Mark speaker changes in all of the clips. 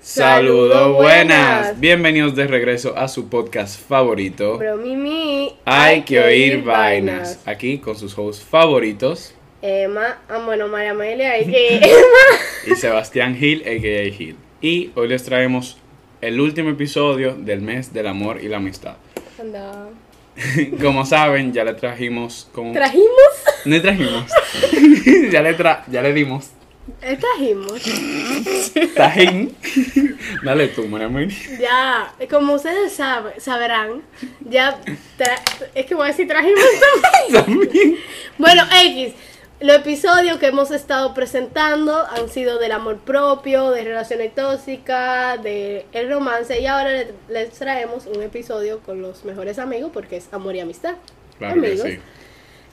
Speaker 1: Saludos buenas. Bienvenidos de regreso a su podcast favorito.
Speaker 2: Bro, Mimi.
Speaker 1: Hay que oír vainas. Aquí con sus hosts favoritos
Speaker 2: Emma, ah, bueno, María Amelia, hay que Emma.
Speaker 1: y Sebastián Gil, a.k.a. Gil. Y hoy les traemos el último episodio del mes del amor y la amistad.
Speaker 2: Anda.
Speaker 1: Como saben, ya le trajimos con...
Speaker 2: ¿Trajimos?
Speaker 1: no le trajimos. ya, le tra- ya le dimos
Speaker 2: Eh, Trajimos.
Speaker 1: tajín. Dale tú, María Amelia.
Speaker 2: Ya, como ustedes sabe- sabrán, ya. tra- es que voy a decir trajimos.
Speaker 1: También.
Speaker 2: bueno, X. Los episodios que hemos estado presentando han sido del amor propio, de relaciones tóxicas, de el romance. Y ahora le- les traemos un episodio con los mejores amigos porque es amor y amistad.
Speaker 1: Claro que
Speaker 2: Amigos.
Speaker 1: sí.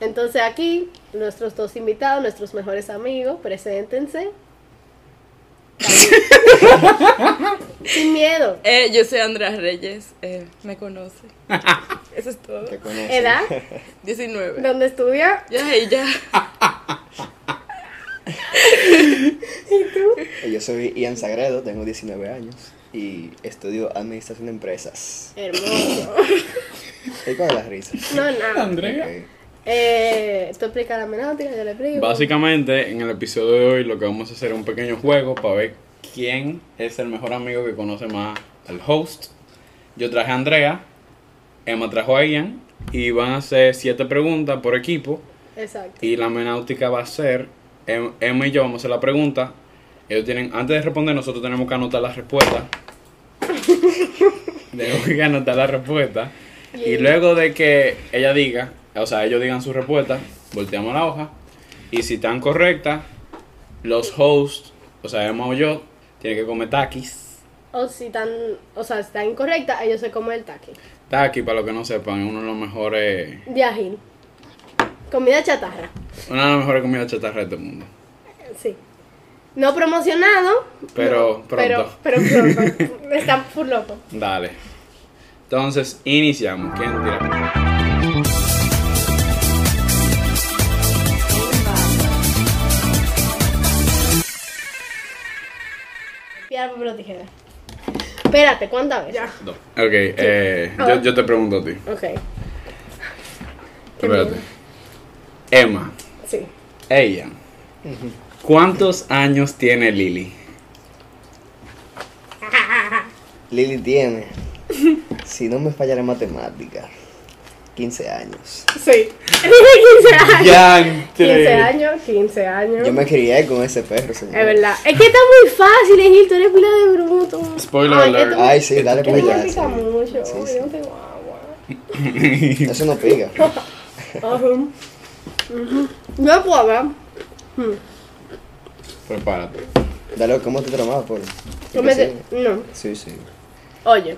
Speaker 2: Entonces aquí, nuestros dos invitados, nuestros mejores amigos, preséntense. Sin miedo.
Speaker 3: Eh, yo soy Andrea Reyes, eh, me conoce. Eso es todo.
Speaker 4: Te conoces.
Speaker 2: ¿Edad?
Speaker 3: 19.
Speaker 2: ¿Dónde estudia?
Speaker 3: Ya, y ya.
Speaker 4: Eh, Yo soy Ian Sagredo, tengo 19 años y estudio administración de empresas.
Speaker 2: Hermoso.
Speaker 4: ¿Y cuál es la risa?
Speaker 2: No, nada.
Speaker 1: Andrea.
Speaker 4: Ok.
Speaker 2: Eh, tú explicas la menáutica, yo le explico.
Speaker 1: Básicamente, en el episodio de hoy lo que vamos a hacer es un pequeño juego para ver quién es el mejor amigo que conoce más al host. Yo traje a Andrea, Emma trajo a Ian y van a hacer siete preguntas por equipo
Speaker 2: Exacto.
Speaker 1: y la menáutica va a ser, Em- Emma y yo vamos a hacer la pregunta. Ellos tienen, antes de responder nosotros tenemos que anotar las respuestas. tenemos que anotar la respuesta. Y
Speaker 2: Yeah.
Speaker 1: luego de que ella diga, o sea, ellos digan su respuesta, volteamos la hoja. Y si están correctas, los hosts, o sea, Emma o yo, tienen que comer taquis.
Speaker 2: O si están, o sea, si están incorrectas, ellos se comen el taqui.
Speaker 1: Taquis, para los que no sepan, es uno de los mejores,
Speaker 2: De ají. Comida chatarra.
Speaker 1: una de las mejores comidas chatarra de todo el mundo.
Speaker 2: Sí. No promocionado.
Speaker 1: Pero
Speaker 2: no,
Speaker 1: pronto.
Speaker 2: Pero, pero pronto. Están full loco.
Speaker 1: Dale. Entonces, iniciamos. ¿Quién tira?
Speaker 2: Piedra, papel o tijera. Espérate, ¿cuántas veces?
Speaker 1: Dos. Ok, eh, yo, yo te pregunto a ti.
Speaker 2: Ok, Qué
Speaker 1: Espérate.
Speaker 2: miedo.
Speaker 1: Emma,
Speaker 2: sí.
Speaker 1: ella. ¿Cuántos años tiene Lily?
Speaker 4: Lili tiene, si no me fallara matemática, 15 años.
Speaker 2: Sí. 15 años.
Speaker 1: Ya,
Speaker 2: 15 años, 15 años.
Speaker 4: Yo me crié con ese perro, señor.
Speaker 2: Es verdad. Es que está muy fácil, Egil. Tú eres pila de bruto.
Speaker 1: Spoiler
Speaker 2: Ay,
Speaker 1: alert.
Speaker 2: que tú-
Speaker 4: Ay, sí, dale
Speaker 2: que
Speaker 4: para
Speaker 2: tú me
Speaker 4: allá.
Speaker 2: pica
Speaker 4: sí.
Speaker 2: mucho.
Speaker 4: Sí,
Speaker 2: Ay,
Speaker 4: sí.
Speaker 2: yo tengo agua.
Speaker 4: Eso no pica.
Speaker 2: Ajá. Ujú. No puedo hablar.
Speaker 1: Prepárate.
Speaker 4: Dale, ¿cómo te tramabas, por
Speaker 2: No me te- No.
Speaker 4: Sí, sí.
Speaker 2: Oye.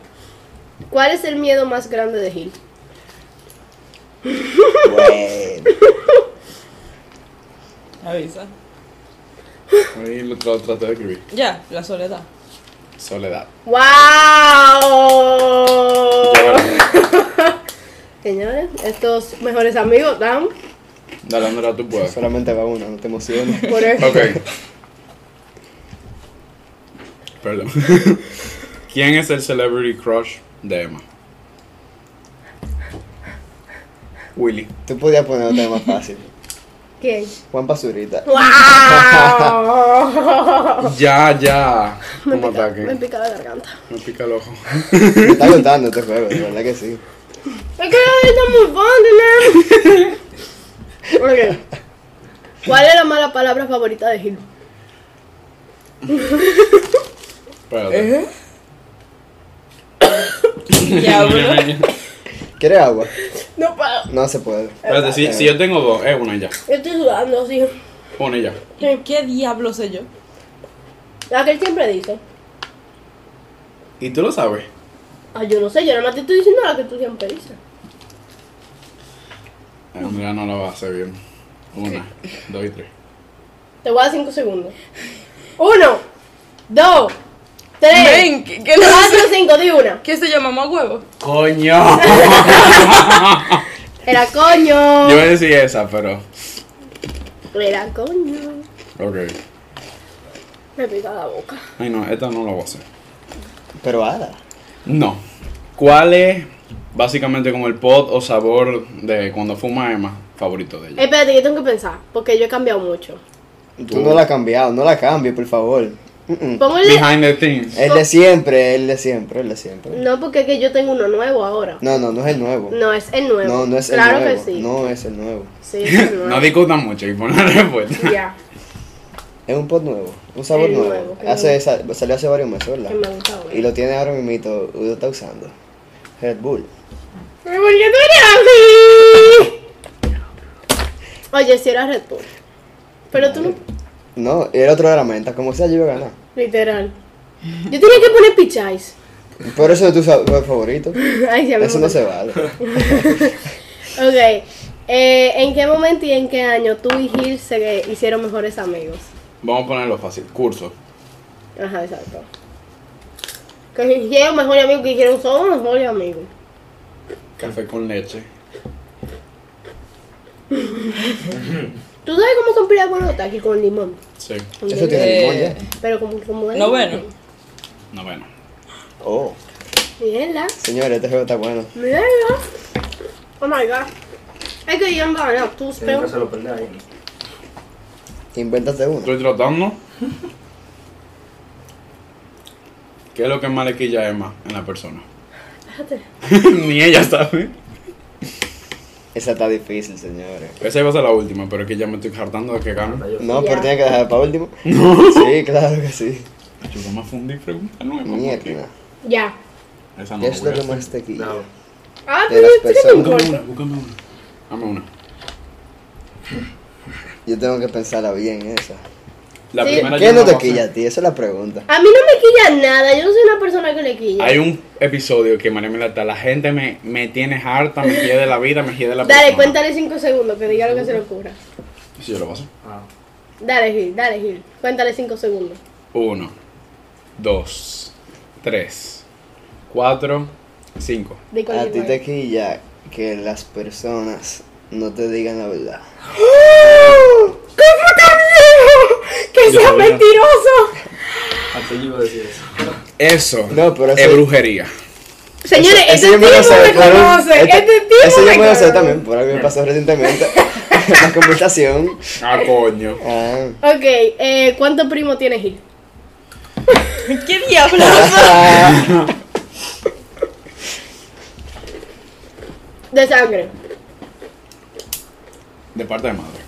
Speaker 2: ¿Cuál es el miedo más grande de Gil?
Speaker 4: Bueno.
Speaker 3: Avisa.
Speaker 1: Ahí lo tra- traté de escribir.
Speaker 3: Ya, la soledad.
Speaker 1: Soledad.
Speaker 2: ¡Wow!
Speaker 1: Ya, bueno.
Speaker 2: Señores, estos mejores amigos dan
Speaker 1: Dale, Andrea, tú puedes.
Speaker 4: pues, Solamente va una, no te emociones.
Speaker 2: por eso.
Speaker 1: Ok. Perdón. ¿Quién es el celebrity crush de Emma? Willy.
Speaker 4: Tú podías poner otra más fácil.
Speaker 2: ¿Quién?
Speaker 4: Juan Pasurita.
Speaker 2: ¡Wow!
Speaker 1: Ya, ya.
Speaker 2: me,
Speaker 1: Como
Speaker 2: pica,
Speaker 1: ataque.
Speaker 2: me pica la garganta.
Speaker 1: Me pica el ojo.
Speaker 4: Me está gustando este juego, de verdad que sí.
Speaker 2: Es que está muy fácil, ¿eh? Ok. ¿Cuál es la mala palabra favorita de Gil?
Speaker 1: Espérate.
Speaker 3: Diablo.
Speaker 4: ¿Quieres agua?
Speaker 2: No puedo.
Speaker 4: No se puede.
Speaker 1: Espérate, si, si yo tengo dos, es una ya.
Speaker 2: Yo estoy sudando, sí.
Speaker 1: Una ya.
Speaker 3: ¿Qué diablo sé yo?
Speaker 2: La que él siempre dice.
Speaker 1: ¿Y tú lo sabes?
Speaker 2: Ay, yo no sé, yo nada más te estoy diciendo la que tú siempre dices.
Speaker 1: Andrea no lo va a hacer bien. Una, dos y tres.
Speaker 2: Te voy a dar 5 segundos. 1, 2, 3,
Speaker 3: Ven, que, que no
Speaker 2: 4,
Speaker 3: sé.
Speaker 2: 5, di una.
Speaker 3: ¿Qué se llama más huevo?
Speaker 1: ¡Coño!
Speaker 2: Era coño.
Speaker 1: Yo decía esa, pero.
Speaker 2: Era coño.
Speaker 1: Ok.
Speaker 2: Me pica la boca.
Speaker 1: Ay, no, esta no la voy a hacer.
Speaker 4: Pero Ada.
Speaker 1: No. ¿Cuál es básicamente como el pot o sabor de cuando fuma Emma favorito de
Speaker 2: Eh,
Speaker 1: ella?
Speaker 2: espérate, yo tengo que pensar, porque yo he cambiado mucho.
Speaker 4: Tú no la has cambiado, no la cambies, por favor. Mm-mm.
Speaker 2: Póngale.
Speaker 1: Behind the scenes.
Speaker 4: El de siempre, el de siempre, el de siempre.
Speaker 2: No, porque es que yo tengo uno nuevo ahora.
Speaker 4: No, no, no es el nuevo.
Speaker 2: No, es el nuevo.
Speaker 4: No, no es el
Speaker 2: claro
Speaker 4: nuevo.
Speaker 2: que sí.
Speaker 4: No es el nuevo.
Speaker 2: Sí, es el nuevo.
Speaker 1: No discutan mucho y pon la respuesta.
Speaker 2: Ya,
Speaker 4: Es un pot nuevo, un sabor
Speaker 2: El
Speaker 4: nuevo.
Speaker 2: nuevo, que
Speaker 4: Hace,
Speaker 2: no-
Speaker 4: sa- salió hace varios meses, ¿verdad?
Speaker 2: que me gusta ahora.
Speaker 4: Y lo tiene ahora mismo, Udo está usando. Red Bull.
Speaker 2: Ay, ¿por qué tú eres así? Oye, si era Red Bull. Pero tú no.
Speaker 4: No, y el otro era menta, como sea yo iba a ganar.
Speaker 2: Literal. Yo tenía que poner pichais.
Speaker 4: Por eso es tu sabor favorito.
Speaker 2: Ay, ya me
Speaker 4: Eso no se vale.
Speaker 2: Ok. eh, ¿En qué momento y en qué año tú y Gil se hicieron mejores amigos?
Speaker 1: Vamos a ponerlo fácil. Curso.
Speaker 2: Ajá, exacto. Que hicieron mejores amigos, que hicieron somos mejores amigos.
Speaker 1: Café con leche.
Speaker 2: ¿Tú sabes cómo son pilas bolotas aquí con limón?
Speaker 1: Sí.
Speaker 2: Con
Speaker 4: Eso
Speaker 2: limón.
Speaker 4: tiene limón
Speaker 3: Eh.
Speaker 4: ya.
Speaker 2: Pero como, como es.
Speaker 3: No, bueno.
Speaker 1: No, bueno.
Speaker 4: Oh,
Speaker 2: Mierda.
Speaker 4: señores, este juego está bueno.
Speaker 2: Mierda. Oh my god. Es que yo no ganado. Tú
Speaker 5: Tienen que
Speaker 2: pero-
Speaker 5: hacerlo perder ahí.
Speaker 4: Invéntate uno.
Speaker 1: Estoy tratando. ¿Qué es lo que más le quilla a Emma en la persona?
Speaker 2: Espérate.
Speaker 1: Ni ella sabe.
Speaker 4: Esa está difícil, señores.
Speaker 1: Esa iba a ser la última, pero es que ya me estoy hartando de que gane.
Speaker 5: Yo-
Speaker 4: No,
Speaker 2: Ya.
Speaker 4: pero tiene que dejar para último. Sí, claro que sí.
Speaker 1: Yo no me fundí pregunta nueva. ¿por qué?
Speaker 4: Mierda. este
Speaker 2: Ya.
Speaker 1: Esa no
Speaker 4: ¿Qué
Speaker 1: la
Speaker 4: es
Speaker 1: voy
Speaker 4: lo
Speaker 1: a
Speaker 4: que
Speaker 1: hacer.
Speaker 4: más te quita?
Speaker 5: No.
Speaker 2: Ah,
Speaker 4: De
Speaker 2: pero
Speaker 4: las
Speaker 2: es que te
Speaker 4: personas.
Speaker 1: Búscame
Speaker 2: importa.
Speaker 1: una, búscame una. Dame una.
Speaker 4: Yo tengo que pensarla bien esa.
Speaker 1: La
Speaker 2: Sí.
Speaker 1: primera
Speaker 4: ¿Qué
Speaker 1: yo
Speaker 4: no
Speaker 1: la voy
Speaker 4: te
Speaker 1: a hacer.
Speaker 4: quilla a ti? Esa es la pregunta.
Speaker 2: A mí no me quilla nada. Yo no soy una persona que le quilla.
Speaker 1: Hay un episodio que María Milata, la gente me, me tiene harta, me de la vida, me de la
Speaker 2: Dale,
Speaker 1: persona.
Speaker 2: cuéntale cinco segundos, que diga lo que se le ocurra.
Speaker 1: Sí, yo lo paso.
Speaker 5: Ah.
Speaker 2: Dale, Gil, dale, Gil. Cuéntale cinco segundos.
Speaker 1: Uno, dos, tres, cuatro, cinco.
Speaker 2: De
Speaker 4: A
Speaker 2: cualquier
Speaker 4: ti te
Speaker 2: manera.
Speaker 4: quilla que las personas no te digan la verdad.
Speaker 2: ¡Oh! ¿Cómo tan viejo? ¡Que
Speaker 1: Yo
Speaker 2: sea
Speaker 1: sabía.
Speaker 2: mentiroso!
Speaker 5: Hasta yo iba a decir eso.
Speaker 1: Eso
Speaker 4: No, pero
Speaker 1: es
Speaker 4: eso-
Speaker 1: brujería.
Speaker 2: Señores,
Speaker 4: Ese- ese
Speaker 2: este
Speaker 4: yo
Speaker 2: tipo
Speaker 4: me lo sé,
Speaker 2: me
Speaker 4: claro.
Speaker 2: conoce.
Speaker 4: Este-
Speaker 2: Este tipo
Speaker 4: ese
Speaker 2: me
Speaker 4: yo me lo sé
Speaker 2: conoce.
Speaker 4: también, por algo me pasó recientemente. en la conversación.
Speaker 1: Ah, coño.
Speaker 4: Ah.
Speaker 2: Ok, eh, ¿cuántos primos tiene Gil?
Speaker 3: ¿Qué diablos?
Speaker 2: De sangre.
Speaker 1: De parte de madre.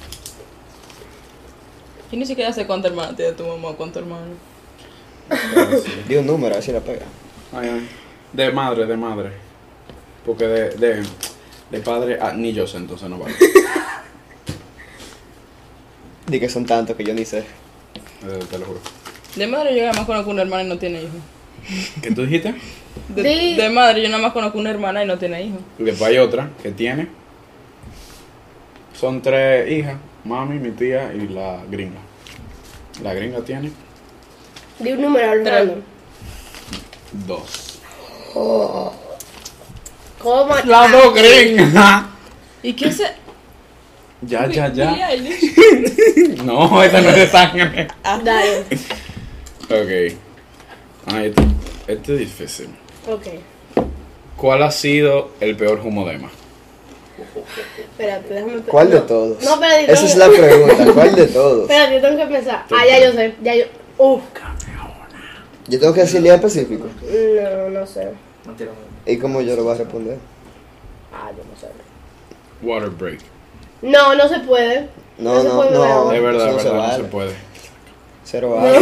Speaker 3: Yo ni siquiera sé cuánta hermana tiene tu mamá o cuánto hermano.
Speaker 4: Di un número, a ver si la pega.
Speaker 1: Ay, ay. De madre, de madre. Porque de, de, de padre, ah, ni yo sé, entonces no vale.
Speaker 4: Di que son tantos que yo ni sé.
Speaker 1: Eh, te lo juro.
Speaker 3: De madre yo nada más conozco una hermana y no tiene hijo.
Speaker 1: ¿Qué tú dijiste?
Speaker 3: De,
Speaker 2: Sí.
Speaker 3: de madre yo nada más conozco una hermana y no tiene hijo.
Speaker 1: Y después hay otra que tiene. Son tres hijas, mami, mi tía y la gringa. La gringa tiene
Speaker 2: De un número al
Speaker 3: Tres.
Speaker 2: random.
Speaker 1: dos.
Speaker 2: ¿Cómo?
Speaker 1: ¡La dos gringas!
Speaker 3: ¿Y qué se...?
Speaker 1: Ya, Ah, ya,
Speaker 3: Billie
Speaker 1: ya.
Speaker 3: Eilish.
Speaker 1: No, esa no es de sangre.
Speaker 3: Ah,
Speaker 2: Dale.
Speaker 1: Ok. Ay, este, este es difícil.
Speaker 2: Ok,
Speaker 1: ¿Cuál ha sido el peor humodema?
Speaker 2: espérate, déjame.
Speaker 4: ¿Cuál de
Speaker 2: no.
Speaker 4: todos?
Speaker 2: No, espérate.
Speaker 4: Esa
Speaker 2: tengo
Speaker 4: es
Speaker 2: que-
Speaker 4: la pregunta, ¿cuál de todos?
Speaker 2: Espérate, yo tengo que pensar. Ah, ya yo sé. Ya yo. Uf.
Speaker 4: Yo tengo que decir el día específico.
Speaker 2: No, no sé.
Speaker 5: No tiene
Speaker 4: ¿Y cómo yo lo voy a responder?
Speaker 2: Ah, yo no sé.
Speaker 1: Water break.
Speaker 2: No, no se puede.
Speaker 4: No,
Speaker 2: Eso
Speaker 4: no,
Speaker 2: fue
Speaker 4: no.
Speaker 2: bravo.
Speaker 1: Es verdad,
Speaker 4: eso
Speaker 1: es verdad, no
Speaker 4: vale.
Speaker 1: se puede.
Speaker 4: Cero vale.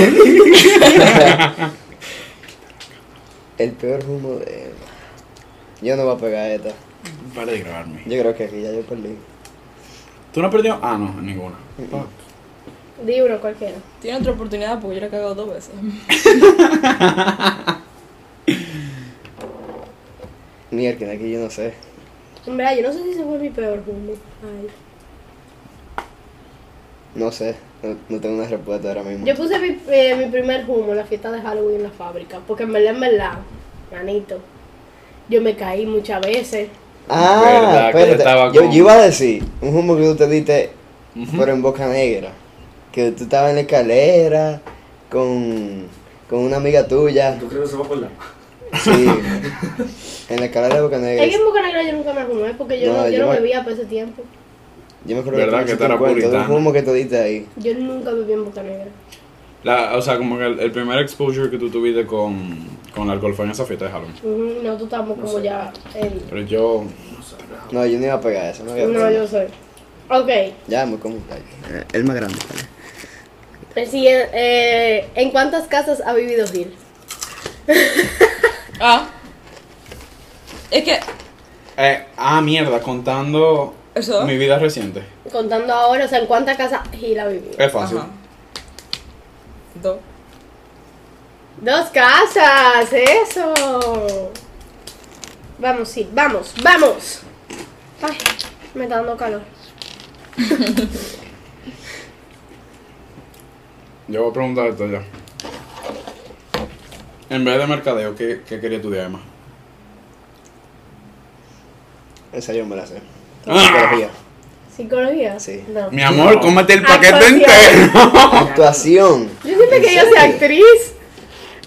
Speaker 4: el peor humo de... Yo no voy a pegar esta.
Speaker 1: Para de grabarme.
Speaker 4: Yo creo que aquí ya yo perdí.
Speaker 1: ¿Tú no has perdido? Ah, no, ninguna.
Speaker 2: Di uno cualquiera.
Speaker 3: tiene otra oportunidad porque yo la he cagado dos veces.
Speaker 4: Mierda, aquí yo no sé.
Speaker 2: En verdad, yo no sé si se fue mi peor humo. Ay.
Speaker 4: No sé. No, no tengo una respuesta ahora mismo.
Speaker 2: Yo puse mi, eh, mi primer humo en la fiesta de Halloween en la fábrica. Porque en verdad, en verdad, manito. Yo me caí muchas veces.
Speaker 4: Ah,
Speaker 1: Verdad, que yo
Speaker 4: espérate.
Speaker 1: estaba
Speaker 4: Yo,
Speaker 1: con-
Speaker 4: yo iba a decir un humo que tú te diste, pero en Boca Negra. Que tú estabas en la escalera con, con una amiga tuya.
Speaker 5: ¿Tú crees que se va a acordar?
Speaker 4: Sí, en la escalera de Bocanegra.
Speaker 2: Es que en Boca Negra yo nunca me fumé porque yo
Speaker 4: No,
Speaker 2: no, yo
Speaker 4: yo
Speaker 2: no
Speaker 4: me-
Speaker 2: bebía por ese tiempo.
Speaker 4: Yo me acuerdo
Speaker 1: ¿Verdad
Speaker 4: tú me
Speaker 1: que
Speaker 4: hiciste
Speaker 1: tú
Speaker 4: un
Speaker 1: eras
Speaker 4: cuento de un
Speaker 1: puritana?
Speaker 4: humo que te diste ahí.
Speaker 2: Yo nunca bebí en Boca Negra.
Speaker 1: La, o sea, como que el, el primer exposure que tú tuviste con, con el alcohol fue en esa fiesta de Halloween.
Speaker 2: Ujú, No, tú estamos como ya en...
Speaker 1: Pero yo,
Speaker 4: No, yo no iba a pegar eso. No, había
Speaker 2: No,
Speaker 4: problema.
Speaker 2: yo soy. Ok,
Speaker 4: Ya, me como un gallo. Eh, El más grande. vale.
Speaker 2: el siguiente, eh, ¿en cuántas casas ha vivido Gil?
Speaker 3: Ah. Es que.
Speaker 1: eh, ah, mierda, contando
Speaker 3: ¿Eso?
Speaker 1: mi vida reciente.
Speaker 2: Contando ahora, o sea, ¿en cuántas casas Gil ha vivido?
Speaker 1: Es fácil.
Speaker 3: Ajá. Dos.
Speaker 2: Dos casas, eso. Vamos, sí, vamos, vamos. Ay, me está dando calor.
Speaker 1: Yo voy a preguntar esto ya. En vez de mercadeo, ¿qué, qué quería estudiar más?
Speaker 4: Esa yo me la sé.
Speaker 1: Ah.
Speaker 4: Psicología.
Speaker 2: ¿Psicología?
Speaker 4: Sí.
Speaker 2: No.
Speaker 1: Mi amor, cómete el paquete
Speaker 2: Actuación.
Speaker 1: entero.
Speaker 4: Actuación.
Speaker 2: Yo siempre
Speaker 4: ¿En
Speaker 2: quería ser
Speaker 4: serio?
Speaker 2: actriz.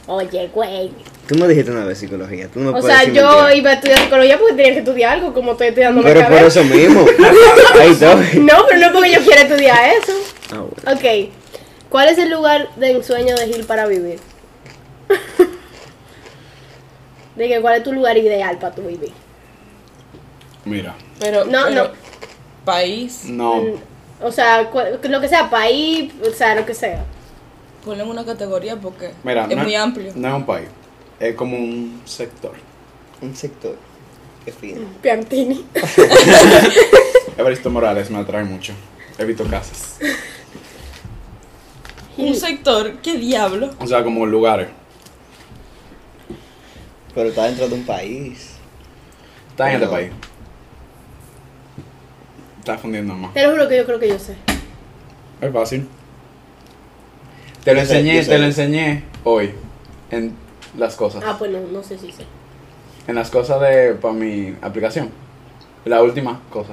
Speaker 2: Oye, güey.
Speaker 4: Tú me dijiste una vez psicología. Tú no
Speaker 2: O
Speaker 4: puedes
Speaker 2: sea,
Speaker 4: decir
Speaker 2: yo
Speaker 4: mentira.
Speaker 2: iba a estudiar psicología porque tenía que estudiar algo, como estoy estudiando
Speaker 4: Pero
Speaker 2: mercadeo.
Speaker 4: por eso mismo. Ahí estoy.
Speaker 2: No, pero no es porque yo quiera estudiar eso.
Speaker 4: Ah, bueno.
Speaker 2: Ok. ¿Cuál es el lugar de ensueño de Gil para vivir? de que cuál es tu lugar ideal para tu vivir.
Speaker 1: Mira,
Speaker 3: Pero.
Speaker 2: No,
Speaker 3: pero-
Speaker 2: no.
Speaker 3: País.
Speaker 1: no.
Speaker 2: Mm, O sea, cu- lo que sea, país, o sea, lo que sea.
Speaker 3: Ponle en una categoría porque
Speaker 1: Mira,
Speaker 3: es
Speaker 1: no
Speaker 3: muy amplio.
Speaker 1: No es un país, es como un sector.
Speaker 4: Un sector. Qué fino.
Speaker 2: Piantini.
Speaker 1: Evaristo Morales me atrae mucho. Evito casas.
Speaker 3: Un sector, qué diablo.
Speaker 1: O sea, como lugares.
Speaker 4: Pero está dentro de un país.
Speaker 1: Está en este
Speaker 4: No.
Speaker 1: país. Está fundiendo más.
Speaker 2: Te lo juro que yo creo que yo sé.
Speaker 1: Es fácil. Te lo
Speaker 4: Yo sé,
Speaker 1: enseñé,
Speaker 4: yo sé.
Speaker 1: te lo enseñé hoy. En las cosas.
Speaker 2: Ah, pues no, no sé si sé.
Speaker 1: En las cosas de para mi aplicación. La última cosa.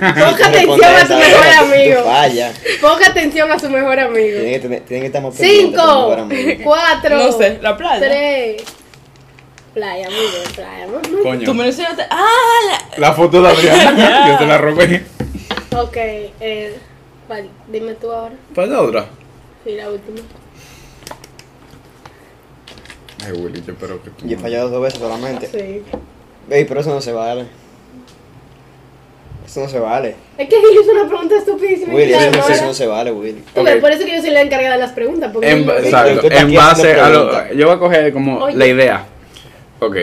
Speaker 2: Ponga atención
Speaker 4: Responde
Speaker 2: a
Speaker 4: esa
Speaker 2: tu mejor
Speaker 4: vez,
Speaker 2: amigo.
Speaker 4: tú Falla.
Speaker 2: Ponga atención a su mejor
Speaker 4: Tienen
Speaker 2: amigo.
Speaker 4: que, tener- tienen que estar más pendientes de tu
Speaker 2: Cinco,
Speaker 4: mejor amigo.
Speaker 2: cuatro,
Speaker 3: No sé, la playa.
Speaker 2: tres. Playa, muy bien, playa. muy bien.
Speaker 1: Coño.
Speaker 3: Tú me lo enseñaste. ¡Ah! la-
Speaker 1: La foto de Adriana. Yo te la robé.
Speaker 2: Ok, eh, vale, dime tú ahora.
Speaker 1: Falta otra.
Speaker 2: Sí, la última.
Speaker 1: Ay, Willy, yo espero que tú.
Speaker 4: Yo he fallado dos veces solamente.
Speaker 2: Sí.
Speaker 4: Ey, pero eso no se vale. Eso no se vale.
Speaker 2: Es que hizo una pregunta estupidísima. y
Speaker 4: Willy,
Speaker 2: me
Speaker 4: eso, no-
Speaker 2: ignora.
Speaker 4: eso no se vale, Willy.
Speaker 2: Tú ves,
Speaker 1: Ok.
Speaker 2: Por eso que yo soy la encargada de las preguntas. Porque
Speaker 1: En,
Speaker 2: yo no-
Speaker 4: Em, exacto.
Speaker 1: exacto,
Speaker 4: Estoy aquí
Speaker 1: en base
Speaker 4: haciendo
Speaker 1: a lo.
Speaker 4: preguntas.
Speaker 1: Yo voy a coger como
Speaker 2: Oye.
Speaker 1: la idea. Ok.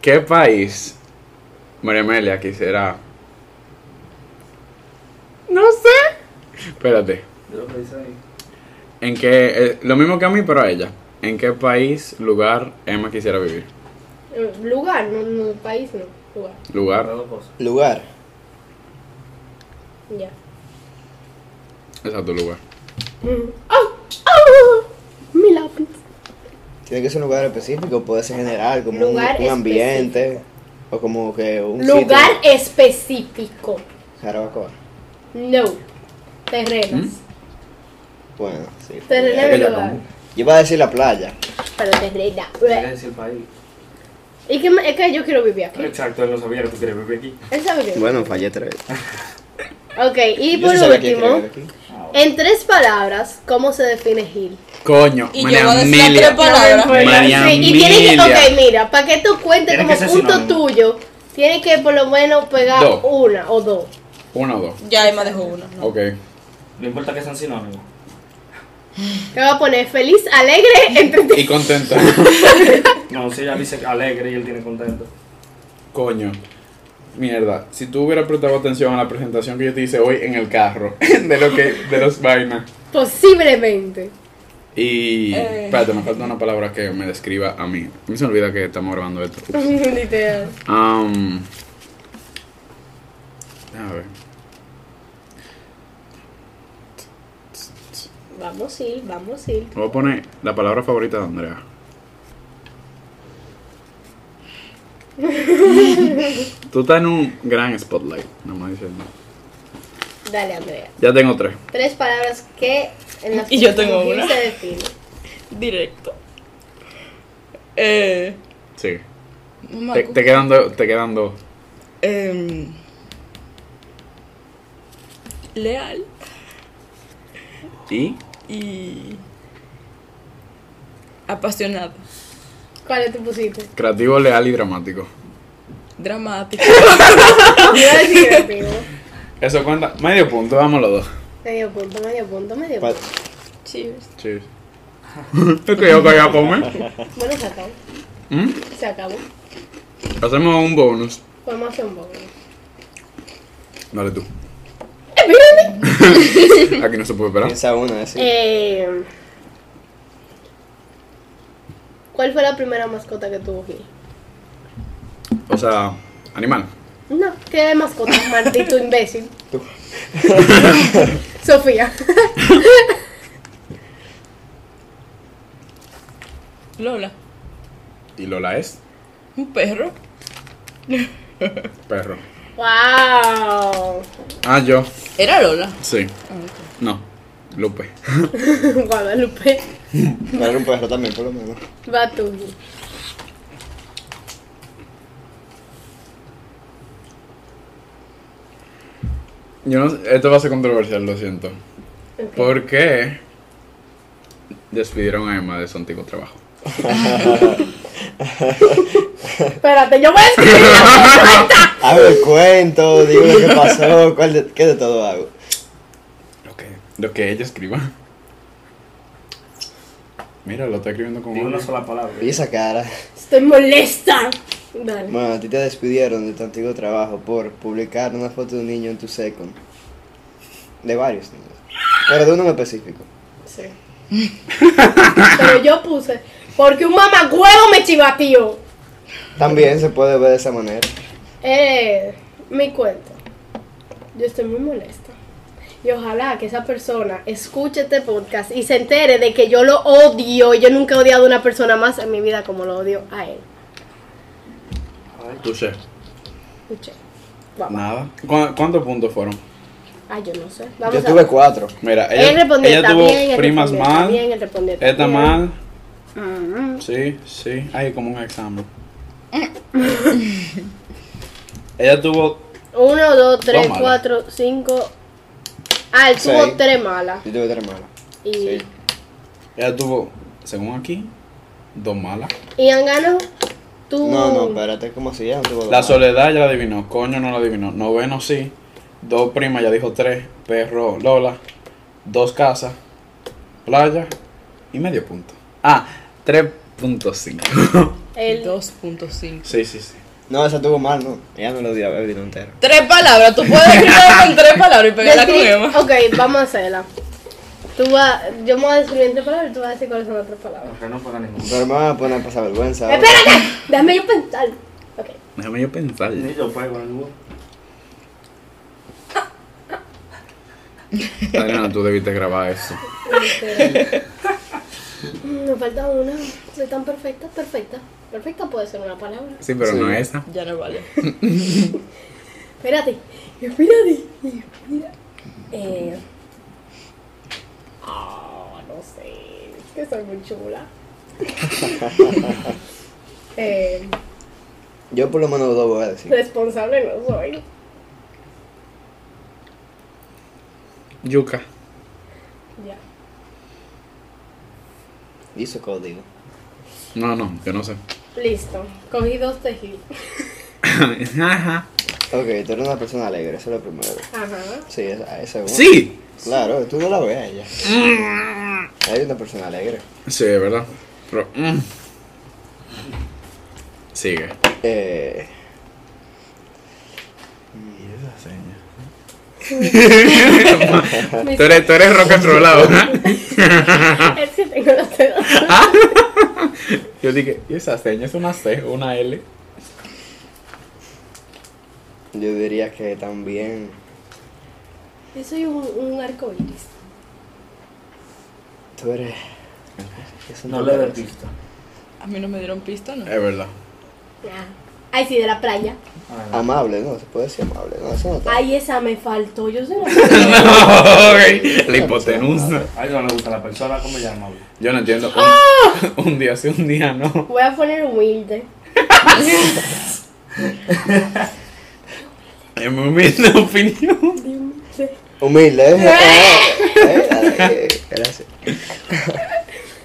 Speaker 1: ¿Qué país María Amelia quisiera? No sé. Espérate.
Speaker 5: De los países ahí.
Speaker 1: ¿En qué. eh, lo mismo que a mí, pero a ella. ¿En qué país, lugar Emma quisiera vivir?
Speaker 2: Eh, Lugar, no, no país, no. Lugar.
Speaker 5: Las
Speaker 1: Lugar.
Speaker 5: dos cosas.
Speaker 4: Lugar.
Speaker 2: Ya.
Speaker 1: Exacto, lugar.
Speaker 2: Mm. ¡Ah! ¡Ah! Mi lápiz.
Speaker 4: Tiene que ser un lugar específico, puede ser general, como un-
Speaker 2: Lugar
Speaker 4: un, ambiente. O como que un
Speaker 2: Lugar
Speaker 4: sitio.
Speaker 2: específico.
Speaker 4: Jarabacoa.
Speaker 2: No. Terrenos.
Speaker 4: Bueno, sí.
Speaker 2: Terrenos
Speaker 1: Ya,
Speaker 2: de
Speaker 1: ya,
Speaker 2: lugar.
Speaker 1: ¿cómo?
Speaker 4: Yo iba a decir la playa.
Speaker 2: Pero terrena.
Speaker 5: Tiene que decir el país.
Speaker 2: Y que, me- es que yo quiero vivir aquí.
Speaker 5: Exacto, él no sabía que tú querías vivir aquí.
Speaker 2: Él sabe que.
Speaker 4: Bueno, fallé tres.
Speaker 2: Ok, y
Speaker 4: Yo
Speaker 2: por
Speaker 4: sí sabía que
Speaker 2: último,
Speaker 4: quería vivir aquí.
Speaker 2: en tres palabras, ¿cómo se define Gil?
Speaker 1: Coño,
Speaker 3: Y yo
Speaker 1: María
Speaker 3: voy a decir la
Speaker 1: Amelia.
Speaker 3: tres palabras.
Speaker 2: Bueno,
Speaker 1: María
Speaker 2: sí, y tiene que,
Speaker 1: Amelia.
Speaker 2: ok, mira, para que esto cuente
Speaker 5: Tiene
Speaker 2: como
Speaker 5: que ser
Speaker 2: punto
Speaker 5: sinónimo.
Speaker 2: tuyo, tiene que por lo menos pegar
Speaker 1: Dos.
Speaker 2: una o dos.
Speaker 1: Uno o dos.
Speaker 3: Ya Emma dejó una. ¿no?
Speaker 1: Ok.
Speaker 5: No importa que sean sinónimos.
Speaker 2: Te voy a poner feliz, alegre, entretenido.
Speaker 1: Y contenta.
Speaker 5: No, si ella dice alegre y él tiene contento.
Speaker 1: Coño. Mierda, si tú hubieras prestado atención a la presentación que yo te hice hoy en el carro, de lo que, de los vainas.
Speaker 2: Posiblemente.
Speaker 1: Y.
Speaker 3: Eh.
Speaker 1: Espérate, me falta una palabra que me describa a mí. A mí se me olvida que estamos grabando esto.
Speaker 2: Literal.
Speaker 1: Um, a ver.
Speaker 2: Vamos, sí, vamos, sí.
Speaker 1: Voy a poner la palabra favorita de Andrea. tú estás en un gran spotlight, no me diciendo.
Speaker 2: Dale, Andrea.
Speaker 1: Ya tengo tres.
Speaker 2: Tres palabras que en las
Speaker 3: Y yo tengo
Speaker 2: que
Speaker 3: una.
Speaker 2: se define.
Speaker 3: Directo. Eh,
Speaker 1: Sí.
Speaker 3: no me
Speaker 1: Te,
Speaker 3: acu-
Speaker 1: te quedan dos. Te quedan dos.
Speaker 3: em, leal
Speaker 1: ¿Y?
Speaker 3: y apasionado,
Speaker 2: ¿Cuál te pusiste?
Speaker 1: Creativo, leal y dramático.
Speaker 3: dramático.
Speaker 2: Yo voy a decir creativo.
Speaker 1: Eso cuenta. Medio punto, vamos los dos.
Speaker 2: Medio punto, medio punto, medio
Speaker 4: Pa-
Speaker 2: punto.
Speaker 3: Cheers.
Speaker 1: Cheers. Es que yo caí a comer.
Speaker 2: Bueno, se acabó.
Speaker 1: ¿Mm?
Speaker 2: Se acabó.
Speaker 1: Hacemos un bonus.
Speaker 2: Podemos hacer un poco.
Speaker 1: Dale tú. Aquí no se puede esperar.
Speaker 4: Piensa una, así.
Speaker 2: Eh, ¿Cuál fue la primera mascota que tuvo Gil?
Speaker 1: O sea, animal.
Speaker 2: No, ¿qué mascota? Maldito imbécil.
Speaker 4: Tú.
Speaker 2: Sofía.
Speaker 3: Lola,
Speaker 1: Y Lola es
Speaker 3: un perro.
Speaker 1: perro.
Speaker 2: ¡Wow!
Speaker 1: Ah, yo.
Speaker 3: Era Lola.
Speaker 1: Sí.
Speaker 3: Ah, ok.
Speaker 1: No. Lupe.
Speaker 2: Guadalupe.
Speaker 4: Era un perro también, por lo menos.
Speaker 2: Va tú. Gil.
Speaker 1: Yo no sé- Esto va a ser controversial, lo siento.
Speaker 2: Ok.
Speaker 1: ¿Por qué despidieron a Emma de su antiguo trabajo?
Speaker 2: Espérate, yo voy a escribir.
Speaker 4: Hago el cuento, digo lo que pasó, cuál de- qué de todo hago.
Speaker 1: Lo que, lo que ella escriba. Mira, lo está escribiendo con
Speaker 5: Digo una
Speaker 1: una.
Speaker 5: sola palabra.
Speaker 4: Y esa cara.
Speaker 2: Estoy molesta. Dale.
Speaker 4: Bueno, a ti te despidieron de tu antiguo trabajo por publicar una foto de un niño en tu second. De varios niños. Pero de uno en específico.
Speaker 2: Sí. Pero yo puse. Porque un mamagüevo me chivateó.
Speaker 4: También se puede ver de esa manera.
Speaker 2: Eh, mi cuento. Yo estoy muy molesta. Y ojalá que esa persona escuche este podcast y se entere de que yo lo odio. Yo nunca he odiado a una persona más en mi vida como lo odio a él.
Speaker 1: Tú sé.
Speaker 2: Escuche. Vamos.
Speaker 1: Nada. ¿Cu- ¿Cuántos puntos fueron?
Speaker 2: Ah, yo no sé. Vamos
Speaker 4: Yo
Speaker 2: a
Speaker 4: tuve cuatro.
Speaker 1: Mira, ella,
Speaker 2: Él respondió
Speaker 1: ella
Speaker 2: también,
Speaker 1: tuvo
Speaker 2: él
Speaker 1: primas
Speaker 2: respondió
Speaker 1: mal,
Speaker 2: también, él respondió
Speaker 1: esta
Speaker 2: también.
Speaker 1: mal,
Speaker 2: Mm,
Speaker 1: sí, sí, ay, como un examen. ella tuvo,
Speaker 2: Uno, dos, tres,
Speaker 1: malas.
Speaker 2: cuatro, cinco. Ah, él tuvo
Speaker 4: Seis.
Speaker 2: tres malas.
Speaker 4: Yo tuve tres malas.
Speaker 2: Y,
Speaker 4: Sí.
Speaker 1: ella tuvo, según aquí, dos malas.
Speaker 2: y Angano, tú.
Speaker 4: No, no, espérate, ¿cómo se llama? Tuvo dos
Speaker 1: La
Speaker 4: malas.
Speaker 1: soledad ya la adivinó, coño no la adivinó, noveno sí, dos primas ya dijo tres, perro Lola, dos casas, playa y medio punto. Ah, 3.5.
Speaker 2: Él-
Speaker 3: 2.5.
Speaker 1: sí, sí, sí.
Speaker 4: No, esa tuvo mal, no. Ella no lo dio a vino entero.
Speaker 3: Tres palabras, tú puedes escribir con tres palabras y pegarla con
Speaker 2: Descri-
Speaker 3: Emma.
Speaker 2: Ok, vamos a hacerla. Tú vas, yo me voy a describir entre palabras y tú vas a decir cuáles son otras palabras.
Speaker 5: Porque no paga ninguno.
Speaker 4: Pero me van a poner a pasar vergüenza. ahora.
Speaker 2: ¡Espérate! Déjame yo pensar. Ok.
Speaker 1: Déjame yo pensar.
Speaker 5: Ni yo pago ninguno.
Speaker 1: Adriana, tú debiste grabar eso.
Speaker 2: este, mm, Me falta una. Soy tan perfecta, perfecta. Perfecta puede ser una palabra.
Speaker 1: Sí, pero
Speaker 4: Sí.
Speaker 1: no esa.
Speaker 3: Ya no vale.
Speaker 2: Espérate. Espérate. Espérate. Eh. ah, no sé. Es que soy muy chula. eh,
Speaker 4: Yo por lo menos dos voy a decir.
Speaker 2: responsable no soy.
Speaker 1: Yuca.
Speaker 2: Ya.
Speaker 4: Y eso código.
Speaker 1: No, no, yo no sé.
Speaker 2: Listo, cogí dos tejidos.
Speaker 1: Ajá.
Speaker 4: Ok, tú eres una persona alegre, eso es lo primero.
Speaker 2: Ajá.
Speaker 4: Sí, esa, esa es una.
Speaker 1: Sí.
Speaker 4: Claro, tú no la ves a ella. Hay una persona alegre.
Speaker 1: Sí, es verdad. Pero, mm. Sigue.
Speaker 4: Eh,
Speaker 1: Y esa seña.
Speaker 2: Pues
Speaker 1: tú, eres, tú eres rock and rollado.
Speaker 2: Es que tengo los dedos.
Speaker 1: Yo dije, ¿y esa seña es una C o una L?
Speaker 4: yo diría que también.
Speaker 2: Yo soy un, un arco iris.
Speaker 4: Tú eres. es un
Speaker 5: No le dé
Speaker 4: tocarazos.
Speaker 5: pista.
Speaker 3: A mí no me dieron pista, ¿no?
Speaker 1: Es verdad.
Speaker 2: Ya. Ay, sí, de la playa.
Speaker 5: Ah, no.
Speaker 4: Amable, no, se puede decir amable, no, eso no está.
Speaker 2: Ay, esa me faltó. Yo sé
Speaker 1: Ok, La hipotenusa.
Speaker 5: A ellos no les gusta la persona, ¿cómo ya amable?
Speaker 1: Yo no entiendo. Un, un día sí, un día no.
Speaker 2: Voy a poner humilde.
Speaker 1: Es mi humilde opinión.
Speaker 4: Humilde, ¿eh? Eh, eh, Gracias.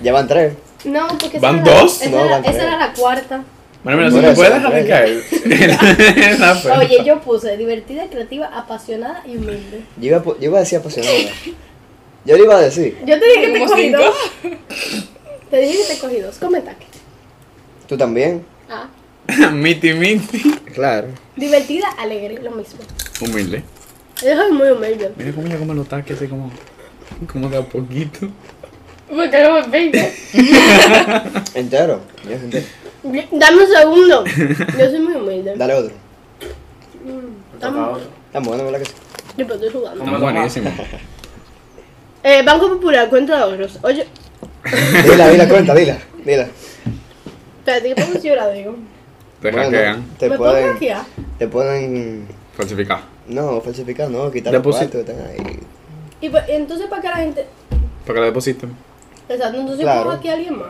Speaker 4: ya van tres.
Speaker 2: No, porque esa
Speaker 1: ¿Van
Speaker 2: era la-
Speaker 1: dos?
Speaker 2: esa
Speaker 4: No,
Speaker 2: era-
Speaker 4: van tres.
Speaker 2: esa era la cuarta.
Speaker 1: Bueno, mira, si
Speaker 4: Bueno,
Speaker 1: me puedes
Speaker 4: sí,
Speaker 1: dejar de
Speaker 4: bueno.
Speaker 1: caer. en la fe.
Speaker 2: Oye, yo puse divertida, creativa, apasionada y humilde.
Speaker 4: Yo iba, a po- yo iba a decir apasionada. Yo le iba a decir.
Speaker 2: Yo te dije que te
Speaker 3: Como
Speaker 2: cogí
Speaker 3: cinco.
Speaker 2: dos. Te dije que te cogí dos. Comenta que.
Speaker 4: ¿Tú también?
Speaker 2: Ah,
Speaker 1: Miti, miti.
Speaker 4: Claro.
Speaker 2: divertida, alegre, lo mismo.
Speaker 1: Humilde.
Speaker 2: Yo soy muy humilde.
Speaker 1: Mira cómo ella come los taques así como. Como de a poquito.
Speaker 2: Porque no me peino.
Speaker 4: Entero. Yo entero.
Speaker 2: Dame un segundo. Yo soy muy humilde.
Speaker 4: Dale otro.
Speaker 5: Me
Speaker 2: Dame-
Speaker 5: toca otro.
Speaker 4: Está bueno, ¿verdad que sí?
Speaker 2: Yo pero estoy jugando.
Speaker 1: Están buenísimos.
Speaker 2: Eh, Banco Popular, cuenta de ahorros. Oye,
Speaker 4: Dila, dila, cuenta, dila. Dila.
Speaker 2: espérate, ¿qué pasa si yo la digo?
Speaker 1: Te
Speaker 4: Bueno,
Speaker 1: hackean.
Speaker 4: te
Speaker 2: ¿Me puedo
Speaker 4: pueden.
Speaker 2: hackear?
Speaker 4: Te pueden.
Speaker 1: Falsificado.
Speaker 4: No, falsificar, no, quitar
Speaker 1: Le
Speaker 4: los
Speaker 1: puse-
Speaker 4: cuartos que están ahí.
Speaker 2: Y pa- entonces, ¿para qué la gente...?
Speaker 1: Para que la depositen.
Speaker 2: Exacto, entonces
Speaker 4: Claro.
Speaker 2: ¿puedo hackear a alguien más?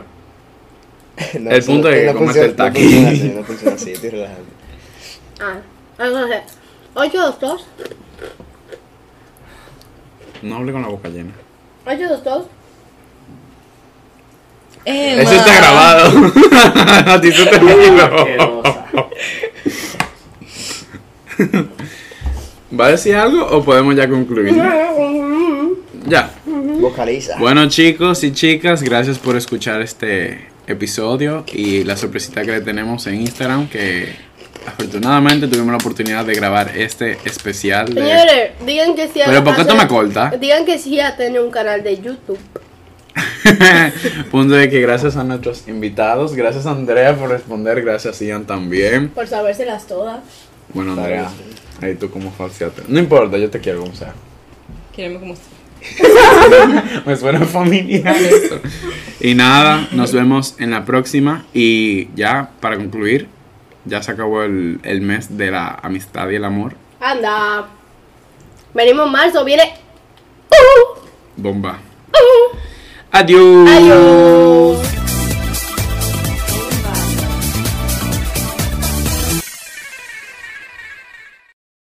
Speaker 4: No,
Speaker 1: El
Speaker 4: eso
Speaker 1: punto es que
Speaker 4: no
Speaker 1: comete
Speaker 4: funciona-
Speaker 1: el taqui.
Speaker 4: No funciona así, no funciona así, estoy relajando.
Speaker 2: Ah, entonces, 822,
Speaker 1: No hable con la boca llena.
Speaker 2: 822,
Speaker 3: Emma.
Speaker 1: Eso está grabado. A ti se te olvidó.
Speaker 5: Asquerosa.
Speaker 1: ¿Va a decir algo o podemos ya concluir? Ya.
Speaker 4: Vocaliza.
Speaker 1: Bueno chicos y chicas, gracias por escuchar este episodio y la sorpresita que le tenemos en Instagram que afortunadamente tuvimos la oportunidad de grabar este especial de...
Speaker 2: Señores, digan que sí a-
Speaker 1: Pero ¿por qué
Speaker 2: a-
Speaker 1: toma corta?
Speaker 2: Digan que sí a tener un canal de YouTube.
Speaker 1: Punto de que gracias a nuestros invitados, gracias a Andrea por responder, gracias Ian también.
Speaker 2: Por sabérselas todas.
Speaker 1: Bueno Andrea, ahí tú como falseate. No importa, yo te quiero como sea.
Speaker 3: Queremos como si-
Speaker 1: Me suena familiar esto. Y nada, nos vemos en la próxima. Y ya, para concluir, ya se acabó el, el mes de la amistad y el amor.
Speaker 2: Anda. Venimos en marzo, viene.
Speaker 1: Bomba. Adiós.
Speaker 2: Adiós.